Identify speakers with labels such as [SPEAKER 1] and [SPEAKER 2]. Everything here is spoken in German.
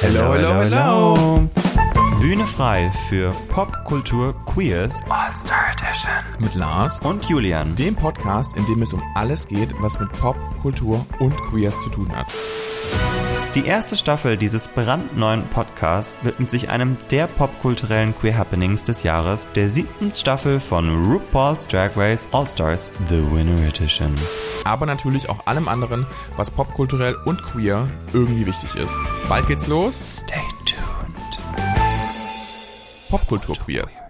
[SPEAKER 1] Hello, hello, hello.
[SPEAKER 2] Bühne frei für Popkultur Queers
[SPEAKER 1] Mit Lars,
[SPEAKER 2] und Julian.
[SPEAKER 1] dem Podcast, in dem es um alles geht, was mit Pop, Kultur und Queers zu tun hat.
[SPEAKER 2] Die erste Staffel dieses brandneuen Podcasts widmet sich einem der popkulturellen Queer Happenings des Jahres, der siebten Staffel von RuPaul's Drag Race All Stars The Winner Edition.
[SPEAKER 1] Aber natürlich auch allem anderen, was popkulturell und queer irgendwie wichtig ist. Bald geht's los.
[SPEAKER 2] Stay tuned.
[SPEAKER 1] Popkultur Queers.